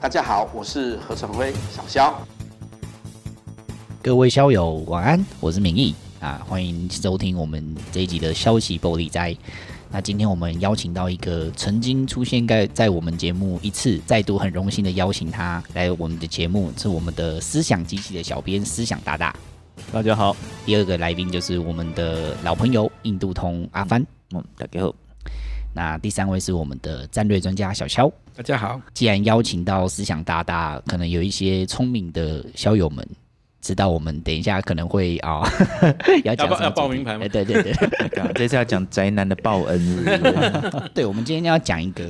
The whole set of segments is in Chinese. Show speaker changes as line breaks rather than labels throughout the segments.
大家好，我是何成辉，小肖。
各位宵友晚安，我是明义啊，欢迎收听我们这一集的消息暴力斋。那今天我们邀请到一个曾经出现在在我们节目一次，再度很荣幸的邀请他来我们的节目，是我们的思想机器的小编思想大大。
大家好，
第二个来宾就是我们的老朋友印度通阿帆。
嗯，大家好，
那第三位是我们的战略专家小肖。
大家好，
既然邀请到思想大大，可能有一些聪明的校友们知道我们等一下可能会啊、 要讲
要报
什么
要报
主题
名牌吗
哎对对对，
这次要讲宅男的报恩是不 是
对，我们今天要讲一个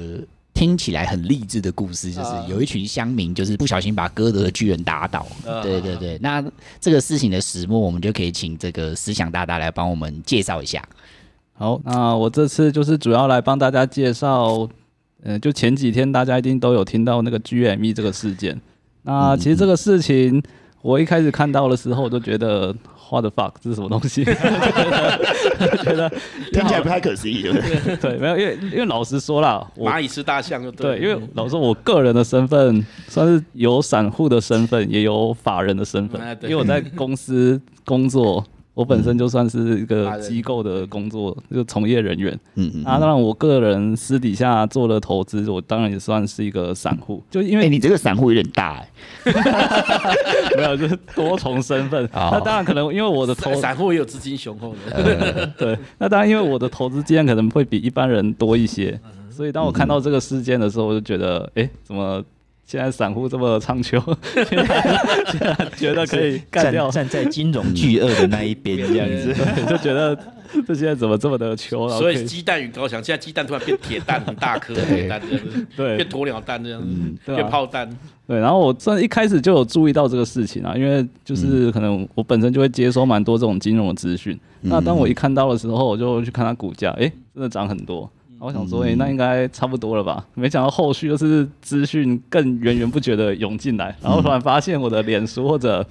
听起来很励志的故事，就是有一群乡民就是不小心把歌德的巨人打倒。
啊
对对对，那这个事情的始末，我们就可以请这个思想大大来帮我们介绍一下。
好，那我这次就是主要来帮大家介绍，嗯、就前几天大家一定都有听到那个 GME 这个事件。
嗯
那其实这个事情，我一开始看到的时候，我就觉得 what the fuck 这是什么东 西？
听起来不太可思议，对不对？
对，没有，因为因为老实说啦，我
蚂蚁吃大象就对嗯
对，
了。哎
因为老实说，我个人的身份算是有散户的身份，也有法人的身份
嗯啊，对
因为我在公司工作，我本身就算是一
法
个
人
机构的工作，就从业人员。
嗯嗯。
啊，当然，我个人私底下做了投资，我当然也算是一个散户，就因
哎、
为
你这个散户有点大哎、
没有就是多重身 份。
哦
那当然可能因为我的投
散散户也有资金雄厚的，
哎对，那当然因为我的投资经验可能会比一般人多一些，
嗯
所以当我看到这个事件的时候，我就觉得，哎、怎么？现在散户这么畅 秋，竟然竟然觉得可以干掉，
站在金融巨鳄的那一 边这样
对
子。
对，就觉得这些人怎么这么的秋了？
所
可
以鸡蛋与高墙，现在鸡蛋突然变铁蛋，很大颗的
对
铁蛋这样子，
对
变鸵鸟蛋这样子，
对啊
变炮弹，
对，然后我算一开始就有注意到这个事情啊，因为就是可能我本身就会接收蛮多这种金融的资讯。那当我一看到的时候，我就去看它股价，诶，真的涨很多。然后我想说，诶，那应该差不多了吧？没想到后续就是资讯更源源不绝的涌进来，然后突然发现我的脸书或者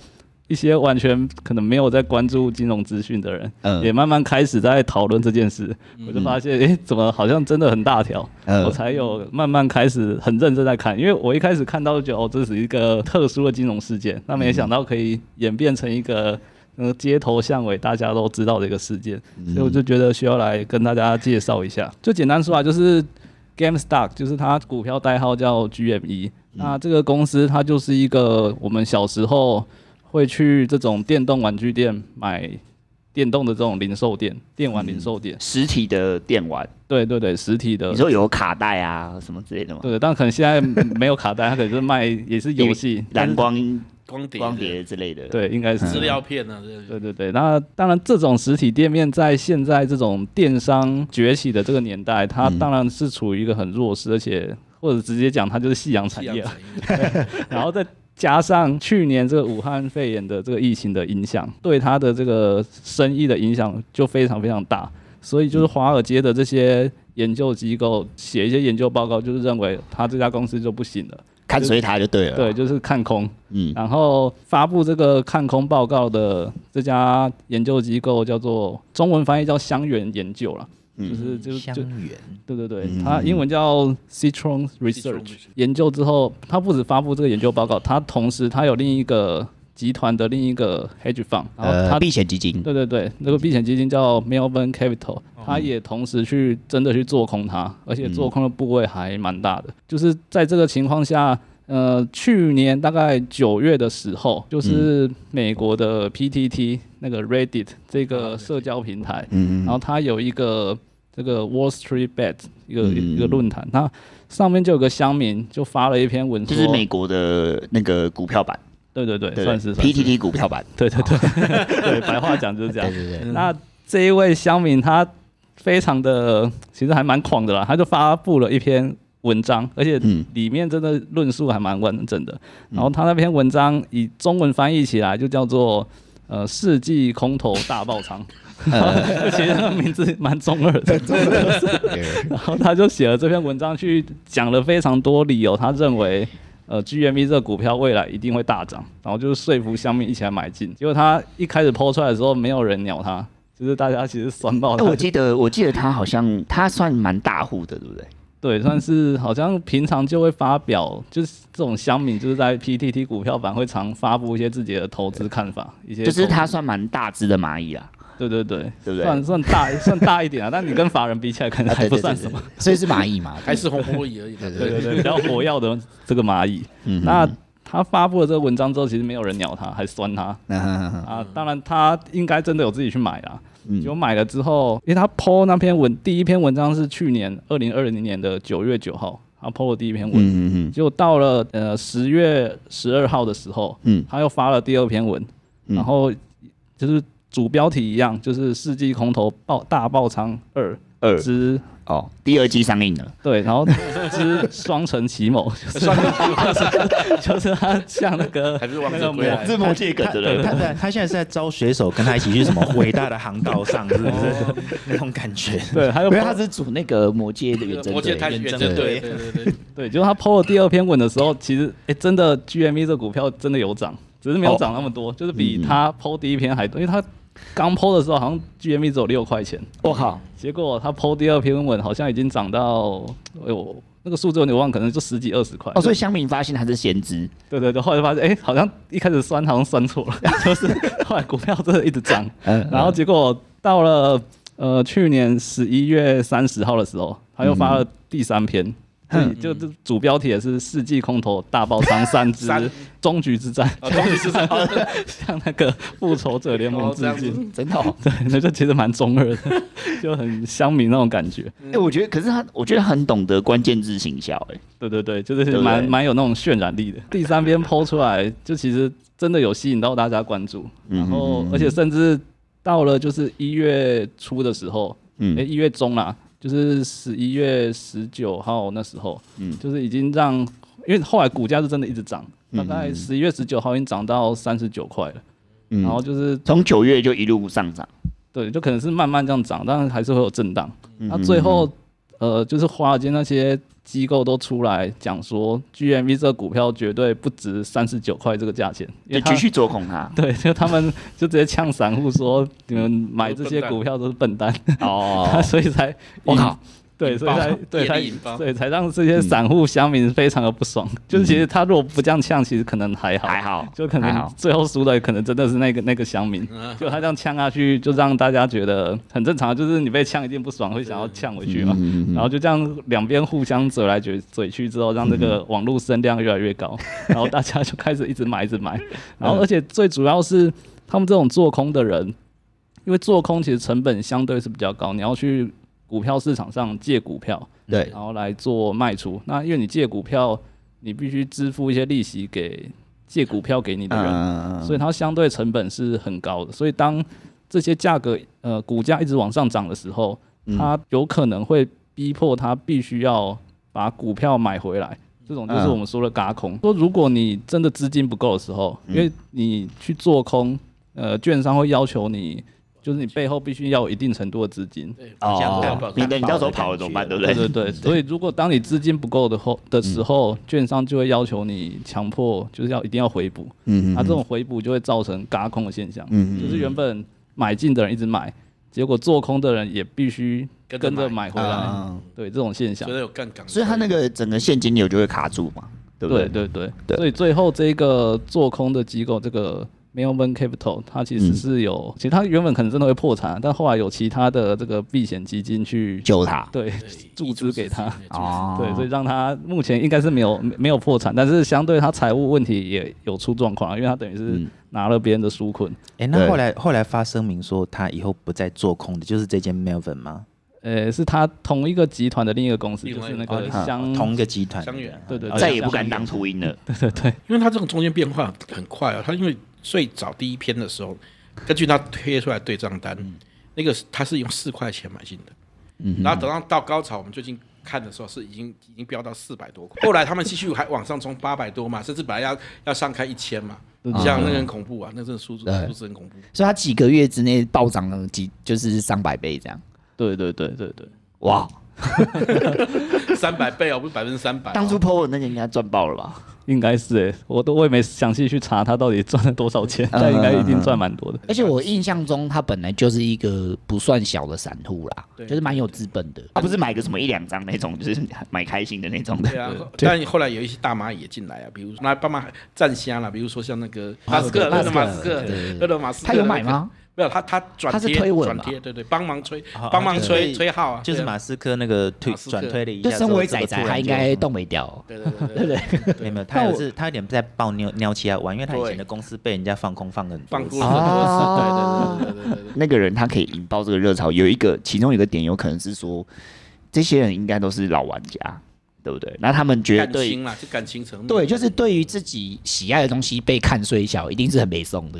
一些完全可能没有在关注金融资讯的人，
嗯
也慢慢开始在讨论这件事。我就发现，诶，怎么好像真的很大条？
嗯
我才有慢慢开始很认真在看，因为我一开始看到就觉得哦，这是一个特殊的金融事件，那没想到可以演变成一个呃街头巷尾大家都知道的一个事件，所以我就觉得需要来跟大家介绍一下。就简单说啊，就是 GameStop，就是它股票代号叫 GME，那这个公司它就是一个我们小时候会去这种电动玩具店买。电动的这种零售店，电玩零售店，
嗯
实体的电玩，
对对对，实体的。
你说有卡带啊什么之类的吗？
呃对，但可能现在没有卡带，它可能是卖也是游戏但
蓝
是
光
光碟、
光碟之类的。，
对，应该是
资料片啊，这样子
嗯对对对，那当然，这种实体店面在现在这种电商崛起的这个年代，它
嗯
当然是处于一个很弱势，而且或者直接讲，它就是夕阳产
西
业啊
洋
了。
产业，
然后再加上去年这个武汉肺炎的这个疫情的影响，对它的这个生意的影响就非常非常大。所以就是华尔街的这些研究机构写一些研究报告，就是认为它这家公司就不行了，
看随他就对了。
对，，就是看空。
嗯
然后发布这个看空报告的这家研究机构叫做中文翻译叫香源研究啦，
嗯
就是就是就
源
对对对，它英文叫 Citron Research。研究之后，它不止发布这个研究报告，它同时它有另一个集团的另一个 hedge fund，然后
呃，
它
避险基金，
对对对，那个避险基金叫 Melvin Capital，它也同时去真的去做空它，而
嗯
且做空的部位还蛮大的。就是在这个情况下，呃，去年大概九月的时候，
嗯
就是美国的 PTT 那个 Reddit 这个社交平台，
嗯
然后它有一个这个 Wall Street Bet 一个、
嗯
一个论坛，它上面就有个乡民就发了一篇文
就
说，
是美国的那个股票版，
对对对，
对
算是算是
PTT 股票版。
对对对对， 白话讲就是这样
对。对对，
那这一位乡民他非常的，其实还蛮狂的啦，他就发布了一篇文章，而且
嗯
里面真的论述还蛮完整的。然后他那篇文章以中文翻译起来就叫做。呃，世纪空头大爆仓，其实那个名字蛮中二的。 然后他就写了这篇文章，去讲了非常多理由，他认为呃 GME 这个股票未来一定会大涨，然后就是说服乡民一起来买进。结果他一开始抛出来的时候，没有人鸟他，就是大家其实酸爆
哎，
他。
我记得我记得他好像他算蛮大户的，对不对？
对，算是好像平常就会发表，就是这种乡民就是在 PTT 股票版会常发布一些自己的投资看法，一些
就是
投
它算蛮大只的蚂蚁啊啦，
对对对，
对不对
算算大算大一点啊，但你跟法人比起来，可能
啊
还
对
不
对
算
对嗯
什么。
对
所以是蚂蚁嘛，
还是红火蚁而已。对
对对对，比较火药的这个蚂蚁，那他发布了这个文章之后，其实没有人鸟他，还酸他
嗯哼哼哼
啊。当然，他应该真的有自己去买啦。结果买了之后，因为他 PO 那篇文，第一篇文章是去年二零二零年的九月九号，他 PO 的第一篇文。
嗯嗯
结果到了呃十月十二号的时候，
嗯
他又发了第二篇文，
嗯
然后就是主标题一样，就是世纪空头爆大爆仓二
二
之
哦，第二季上映了，
对，然后之双城奇谋，就是 就是他像那个
还不是王
那
者
个
归
魔
来，
是魔界梗的
他
人，
他他现在是在招学手跟他一起去什 么伟大的航道上，是不
哦
是那种感觉？
对，还有
因为他是组那个魔界的远征
魔界
队，
太远征队，对对对，
对，就是他 PO 了第二篇文的时候，其实哎、诶真的 GME 这股票真的有涨，只是没有
哦
涨那么多，就是
嗯
比他 PO 第一篇还多，因为他刚 PO 的时候好像 GME 只有六块钱，
我靠，
结果他 PO 第二篇文好像已经涨到，哎呦，那个数字有点忘，可能就十几二十块。
哦，所以乡民发现他是先知，
对对对，后来发现哎、好像一开始酸好像酸错了， 就是后来股票真的一直涨，
嗯
然后结果到了呃去年十一月三十号的时候，他又发
嗯
了第三篇。就就主标题也是“世纪空头大爆仓 三之
三
终局之战
啊，终于是这”，
向那个复仇者联盟
哦这
致
样
敬。
子，
真的哦。
对，那就其实蛮中二的， 就很乡民那种感觉。
哎、我觉得，可是他，我觉得很懂得关键字行销、哎，
对对对，就是
对不
蛮
对
蛮有那种渲染力的。第三篇剖出来，就其实真的有吸引到大家关
嗯
注，
嗯
然后而且甚至到了就是一月初的时候，
嗯
诶一月中啦，就是十一月十九号那时候，
嗯
就是已经让，因为后来股价是真的一直涨，大概十一月十九号已经涨到三十九块了，
嗯
然后就是
从九月就一路上涨，
对，就可能是慢慢这样涨，但还是会有震荡。
嗯
那最后，呃，就是华尔街那些机构都出来讲说，GMV 这个股票绝对不值三十九块这个价钱，因
就
为他。
继续做空它
对，就他们就直接呛散户说，你们买这些股票都是笨蛋，
哦
所以才
我靠，
对，
引
所以
爆
才对
业
才
力引爆嗯
对才让这些散户乡民非常的不爽。 就是其实他如果不这样呛，其实可能还好，
还好，
就可
还
能
好。
最后输的可能真的是那个那个乡民，
嗯
就他这样呛下去，就让大家觉得很正常，啊就是你被呛一定不爽，会想要呛回去嘛。
嗯
嗯
然后就这样两边互相折来嘴嘴去之后，让这个网络声量越来越高，然后大家就开始一直买一直买，然后而且最主要是他们这种做空的人，因为做空其实成本相对是比较高，你要去股票市场上借股票，
对，
然后来做卖出。那因为你借股票，你必须支付一些利息给借股票给你的人，
嗯，
所以它相对成本是很高的。所以当这些价格呃股价一直往上涨的时候，它有可能会逼迫它必须要把股票买回来。这种就是
嗯
我们说的嘎空。说如果你真的资金不够的时候，因为你去做空，呃，券商会要求你，就是你背后必须要有一定程度的资金。
哦，你等你到时候跑了怎么办，对不
对
对？嗯
对对，所以如果当你资金不够的后的时候，券商就会要求你强迫就是要一定要回补，
嗯
那、这种回补就会造成嘎空的现象，
嗯
就是原本买进的人一直买，结果做空的人也必须
跟着
跟着
买
买回
哦
来，
啊
对这种现象
所，以有杠杆，
所以它那个整个现金流就会卡住嘛，对不
对
对？
对对
对
所以最后这个做空的机构这个。Melbourne Capital，它其
嗯
实是有，其实它原本可能真的会破产，但后来有其他的这个避险基金去
救它。
对注资给他，
哦，
对，所以让他目前应该是没有没没有破产，但是相对他财务问题也有出状况，因为他等于是拿了别人的纾困。
哎、那
对
后来后来发声明说他以后不再做空的，就是这间 Melvin 吗？
呃，是他同一个集团的另一个公司，
另
就
外
是
一个
那个
哦
香，
同一个集团，
香远，
对对，
哦
对
再也不敢当秃鹰了。
因为它这种中间变化很快啊，它因为最早第一篇的时候，根据它贴出来对账单，那个是它是用四块钱买进的，
嗯
然后等到到高潮，我们最近看的时候是已经已经飙到四百多块，后来他们继续还往上冲八百多嘛，甚至本来要要上开一千嘛，
嗯
你想那个很恐怖啊，那真的数字数字很恐怖，
所以它几个月之内暴涨了几，就是上百倍这样。
对对对对对，
哇，
三百倍哦，不是百分之三百，
当初 PO 的那个应该赚爆了吧？
应该是诶、我都我也没详细去查他到底赚了多少钱，
嗯
但应该一定赚蛮多的。
而且我印象中，他本来就是一个不算小的散户啦，
对
就是蛮有资本的。
他不是买个什么一两张那种，就是买开心的那种的。
对啊，但后来有一些大蚂蚁也进来啊，比如说那帮忙站虾啦，比如说像那个马斯克、
马
勒
斯克
德马斯克
哦对对对、
勒德马斯克，
他有买？吗？
没有，他他转
他是
贴
推文
转
吧
贴，对对，帮忙吹
哦，
帮忙
对
吹吹号啊，
就是
对啊
马斯克那个推
马斯克
转推了一下
就
之后，
身为仔
这个
仔，
突然
他应
就
该动没掉哦。
对对对对对，
没有没有，他
那
有
我
是他有点在抱尿尿气啊玩，因为他以
对
前的公司被人家放空放很多
放
次
过了很多次，对对对对对对对。
那个人他可以引爆这个热潮，有一个其中有一个点有可能是说，这些人应该都是老玩家，对不对？那他们绝
感
对
情啦，就感情层面。
对，就是对于自己喜爱的东西被看衰小，一定是很没送的。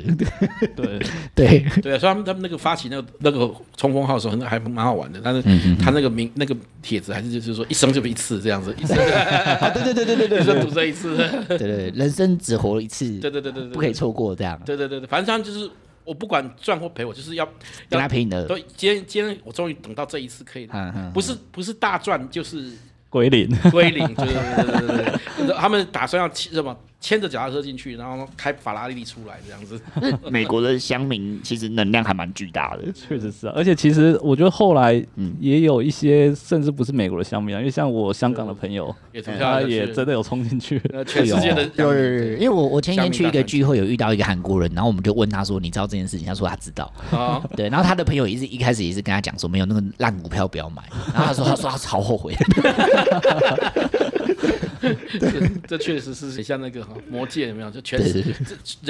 对，
对，
对啊，所以他们他们那个发起那个那个冲锋号的时候，那还蛮好玩的。但是他那个名那个帖子还是就是说一生就一次这样子，一生对对对对对对，一生赌这一次，
对对，人生只活一次，
对对对对对，
不可以错过这样，
对对对对，反正他们就是我不管赚或赔，我就是要
跟
要
他拼了。
对，今天今天我终于等到这一次可以了，
嗯嗯
不是不是大赚就是
归零。
归零，就是对对对对对对，他们打算要骑什么牵着脚踏车进去，然后开法拉利出来这样子。
美国的乡民其实能量还蛮巨大的。
确实是啊，而且其实我觉得后来也有一些，甚至不是美国的香民啊，因为像我香港的朋友，
也投票
他
就是
也真的有冲进去。
呃全世界的
有有有有，因为我我前几天
乡民
去一
大
个
团
聚会，有遇到一个韩国人，然后我们就问他说：“你知道这件事情？”他说他知道。
啊，
对，然后他的朋友也是一开始也是跟他讲说没有那个烂股票不要买，然后他说他说他超后悔，
这这确实是很像那个哈魔戒有没有？就全
对对
这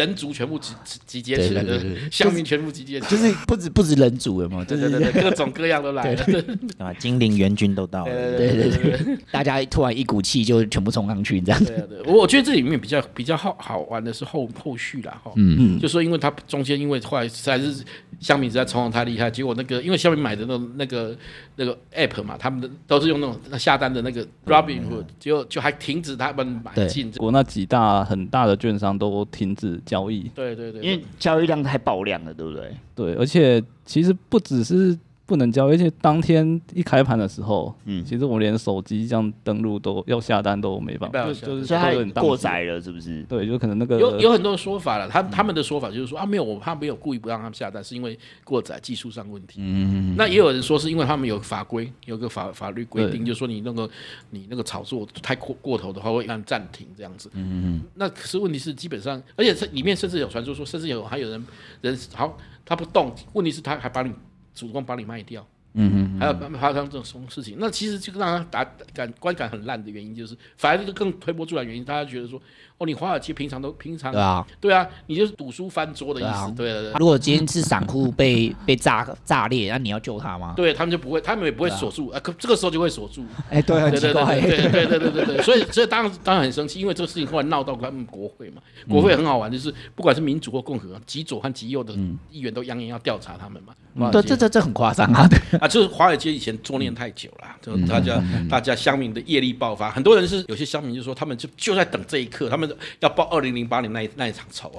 人族全部集集集结
对
起来，
对对
对
对对
乡民全部集结起
就
来，
是不止不止人主了嘛，就
对
是
对对对，各种各样都来了。对对
啊，精灵援军都到了。
对对对对
大家突然一股气就全部冲上去这样。
对啊对，我我觉得这里面比较比较好好玩的是后后续啦哈，
嗯
就说因为他中间因为后来实在是香米实在冲的太厉害，结果那个因为香米买的那种那个那个 app 嘛，他们的都是用那种下单的那个 Robinhood，结果就还停止他们买进，
国那几大很大的券商都停止交易，
对对对，
因为交易量太爆量了，对不对？
对，而且其实不只是不能交易，而且当天一开盘的时候，
嗯
其实我连手机这样登录都要下单都没办
没办
法，
法
就
下
就是
所以
会有点
它
宕
过
机
载了，是不是？
对，就可能那个
有有很多说法了，他他们的说法就是说啊，没有，我怕没有故意不让他们下单，是因为过载技术上问题。嗯，那也有人说是因为他们有法规，有个法法律规定，
对
就是说你那个你那个炒作太过过头的话，会让暂停这样子。嗯嗯。那可是问题是，基本上，而且这里面甚至有传说说，甚至有还有人人好他不动，问题是他还把你主动把你卖掉。嗯嗯，还有发生这种什么事情，那其实就让他打感观感很烂的原因，就是反而就更推波助澜的原因，大家觉得说，哦，你华尔街平常都平常
对啊，
对啊，你就是赌输翻桌的意思，对对对，
如果今天是散户被被炸炸裂，那你要救他吗？
对他们就不会，他们也不会锁住，啊，可这个时候就会锁住，
哎，对，
对
很
对
奇
对
怪。
对对对对对对，所以所以当当然很生气，因为这个事情后来闹到他们国会嘛，
嗯
国会很好玩，就是不管是民主或共和，极左和极右的议员都扬言要调查他们嘛，
嗯对，这这这很夸张啊！对
啊，就是华尔街以前作
嗯
孽太久了，啊就大家、大家乡民的业力爆发，很多人是有些乡民就说他们就就在等这一刻，他们要报二零零八年那一那一场仇 啊，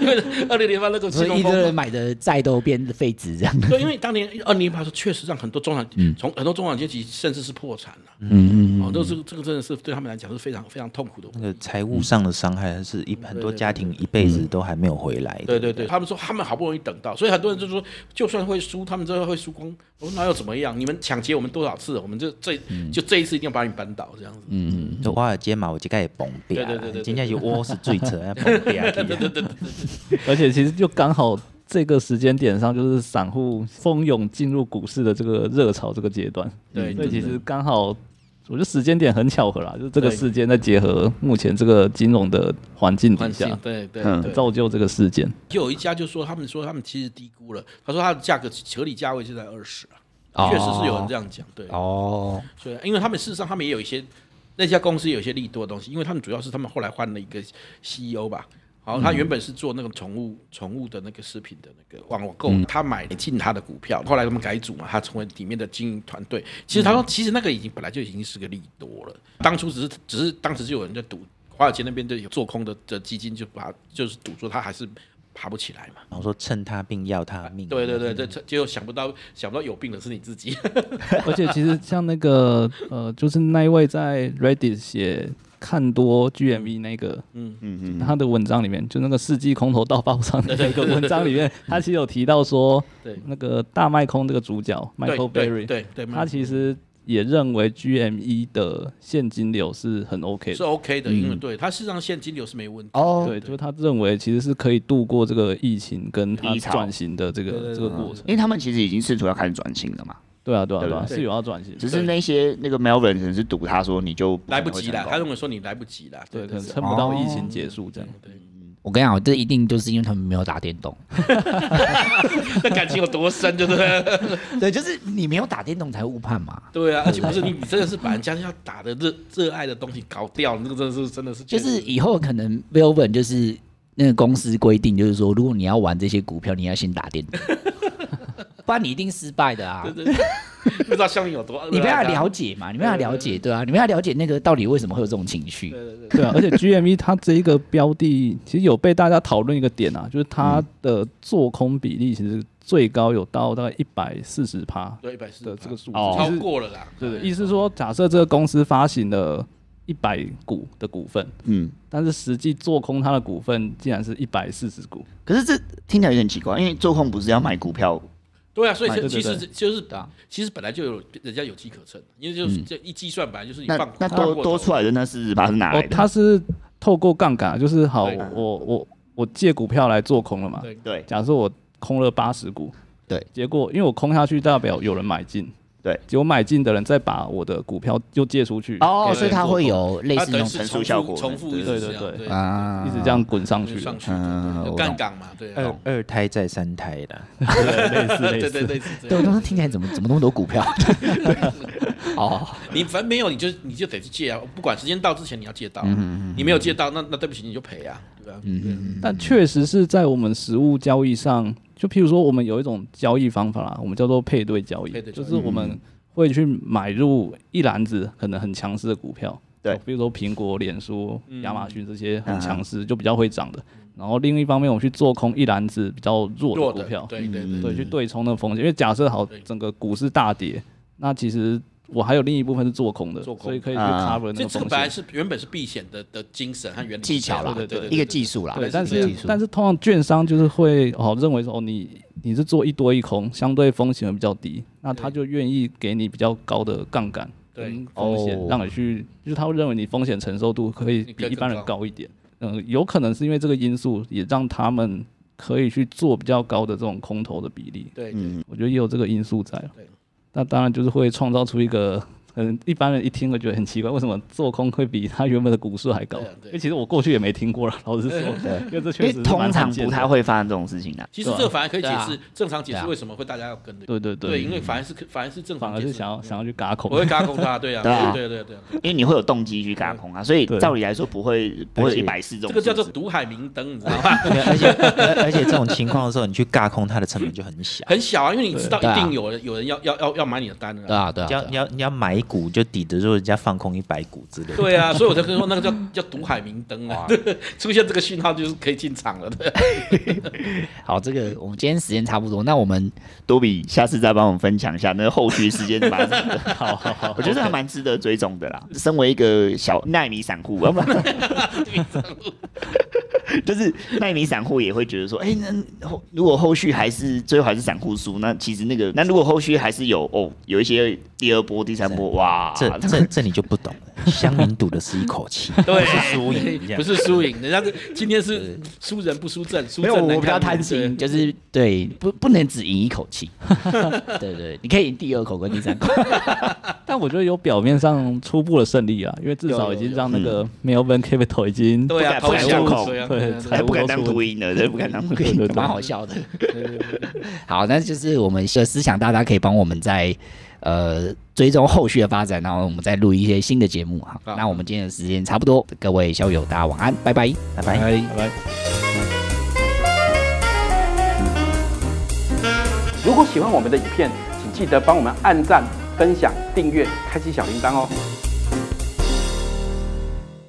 因为二零零八那个
所
金
以
融
一
风
堆
暴
人。买的债都变废纸这样。
对，因为当年二零零八时候确实让很多中产，
嗯
从、很多中产阶级甚至是破产了、嗯嗯哦，那这个这个真的是对他们来讲是非常非常痛苦的。
那个财务上的伤害是一很多家庭一辈子都还没有回来的。
对对对，他们说他们好不容易等到，所以很多人就说，就算会输，他们真的会输光。我说那又怎么样？你们抢劫我们多少次了？我们就这、
嗯
就这一次一定要把你扳倒，这样子。
就华尔街嘛，我就该崩掉
对对对
了
对对。
今天有我是最扯，要崩啊掉 去。
而且其实就刚好这个时间点上，就是散户蜂拥进入股市的这个热潮这个阶段。嗯
对
所以
真
其
的
实刚好，我觉得时间点很巧合啦，就是这个事件再结合目前这个金融的环境底
环境
下，
对对
嗯
对，
造就这个事件。
就有一家就说他们说他们其实低估了，他说它的价格合理价位是在二十啊，
哦
确实是有人这样讲，对，
哦，
所啊以因为他们事实上他们也有一些那家公司有一些利多的东西，因为他们主要是他们后来换了一个 CEO 吧。好，
嗯
他原本是做那个宠物宠物的那个食品的那个网购，
嗯
他买进他的股票，后来他们改组嘛，他成为里面的经营团队。其实他说，
嗯
其实那个已经本来就已经是个利多了，当初只是只是当时就有人在赌，华尔街那边就有做空的的基金就把就是赌说他还是爬不起来嘛。
然后说趁他病要他
嗯
命。
对对对对，这结果想不到想不到有病的是你自己。
而且其实像那个呃，就是那一位在 Reddit 写看多 GMV 那个
嗯嗯
他的文章里面，就那个世纪空头到爆上的那个文章里面，他其实有提到说，
对
那个大麦空这个主角
对
Michael
对
Berry，
对对，
他其实也认为 GME 的现金流是很 OK
是
的。
OK 的，因为对它事实上现金流是没问题。
哦，
对，就是他认为其实是可以度过这个疫情跟他
低潮
转型的这
啊对对
个
对
这个过程
因。为他们其实已经试图要开始转型了嘛，
对啊，对啊，
对
对啊，
对
是有要转型的，
只是那些那个 Melvin 可能是赌他说你就不可能
来不
会
及
成
了，
功
他认为说你来不及了，
对，可
对
能撑不到疫情结束这样。
对，
我跟你讲，这一定就是因为他们没有打电动。
那 感情有多深，对不 对？
对，就是你没有打电动才误判嘛。
对啊，而且不是你，你真的是把人家要打的热热爱的东西搞掉，那个真的是真的是
就是以后可能 v e l v e n 就是那个公司规定，就是说，如果你要玩这些股票，你要先打电动，不然你一定失败的啊
对。对，对不知道香云有 多啊热爱它，
你没有了解嘛？你没有了解，对啊，你没有了解那个到底为什么会有这种情绪？
对啊，而且 GME 它这一个标的其实有被大家讨论一个点啊，就是它的做空比例其实最高有到大概一百四十趴
啊对一百四
的这个数字，
哦
超
其实
过了啦，啊
对对，意思是说，假设这个公司发行了一百股的股份，
嗯，
但是实际做空它的股份竟然是一百四十股，
可是这听起来有点奇怪，因为做空不是要买股票，
对啊，所
对
以
对
其实
对嗯
就是
啊
其实本来就有人家有机可乘，因为就是这一计算本来就是你
那
放
那
放
多
过
多
头
出来的那四十八是哪
哦
来，的？
它是透过杠杆，啊就是好，
对
我我我我借股票来做空了嘛，
对
对
假设我空了八十股，
对，
结果因为我空下去，代表有人买进，
对，
结果买进的人再把我的股票又借出去，
哦，
对
所以它会有类
它
似那
等于
种
啊是
乘数
重
效
复
果
重复
对
一直
对
这样
对
对
啊
一直这样滚上
就
去的
上，去
嗯
对
我
有
懂
杠杆嘛，对
哎
啊，
二二胎再三胎啦，
类 似 类
对对
似。
对，是 这
对，我
样。
刚刚听起来怎么怎么那么多股票？哦，
你反正没有，你就你就得去借啊，不管时间到之前你要借到啊，你没有借到，那那对不起你就赔啊，对吧？嗯
但确实是在我们实物交易上，就譬如说我们有一种交易方法啦，我们叫做配对交易，
配对交
就
易
是我们会去买入一篮子可能很强势的股票，
对
比如说苹果、脸书、
嗯
亚马逊这些很
嗯
强势就比较会涨的。然后另一方面，我们去做空一篮子比较弱
弱
的
的
股票，
对对对
对，去对冲那个风险。因为假设好
对
整个股市大跌，那其实我还有另一部分是做空的，
做空
所以可以去
啊
cover 那
这
个
这个
风
本来
险。
是原本是避险的的精神和原理
技巧啦
对对对，
一个技术啦，
对，但
一个
是
技术
但是通常券商就是会哦认为说哦你你是做一多一空，相对风险会比较低，那他就愿意给你比较高的杠杆
对
跟风险
哦，
让你去就是他会认为你风险承受度可以比
你可以
一般人
更高
高一点，嗯，有可能是因为这个因素也让他们可以去做比较高的这种空头的比例，
对对
嗯，
我觉得也有这个因素在啊
对。
那当然就是会创造出一个，嗯，一般人一听会觉得很奇怪，为什么做空会比他原本的股数还高
对啊？对
因为其实我过去也没听过了，老实说，因为这
因
确
为
实是蛮
通常
罕见
不
的
太。会发生这种事情的。啊
其实这个反而可以解
对
释，正常解
对
释
啊
为什么会大家要跟着。
对对对，
对，因为反而是反而是正
反
常
而
解释，
是想要想要去嘎口
我。会嘎空他，对啊，
对啊
对对对，对
因为你会有动机去嘎空啊，所以
对
照理来说不会不会一百四这种
这
数
个
字。
叫做毒海明灯，你知道吗？
对而且而而且这种情况的时候，你去尬空它的成本就很 小。
很小啊，因为你知道
对啊
一定有人有人要要要要买你的单
对
了啊。
啊对啊
你
对
要
啊
你，要你要买股就抵得住人家放空一百股之类的。
对啊，所以我才跟你说那个叫叫毒海明灯啊，对出现这个讯号就是可以进场了的。
好，这个我们今天时间差不多，那我们
多比下次再帮我们分享一下那个后续时间发生的。 好好好，我觉得还蛮值得追踪的啦。 身为一个小奈米散 户，要不然 就是奈米散户也会觉得说，哎、那后如果后续还是最后还是散户输，那其实那个那如果后续还是有哦有一些第二波、第三波，哇，
这这这你就不懂 了，乡民赌的是一口气，
对，
输赢一样
不是输赢，人家是今天是输人不输阵，输
没有，
阵
我
难
比较
看
贪
人
心，。就是对，不不能只赢一口气。 对对，你可以赢第二口跟第三 口。
但我觉得有表面上初步的胜利啊，因为至少已经让那
嗯
个 Melbourne Capital 已经
对对啊，
不
投
敢
降
不敢
对啊，
对
啊
还
财
不
务
敢
都
当
出
秃
问题。
鹰的，这不敢当秃
对
鹰。
对
蛮
对，
好笑的。 好，那就是我们的思想，大家可以帮我们在呃追踪后续的发展，然后我们再录一些新的节目哈。
好
那我们今天的时间差不多，各位校友大家晚安，拜拜。
拜拜。
拜拜。
如果喜欢我们的影片，请记得帮我们按赞、分享、订阅、开启小铃铛哦。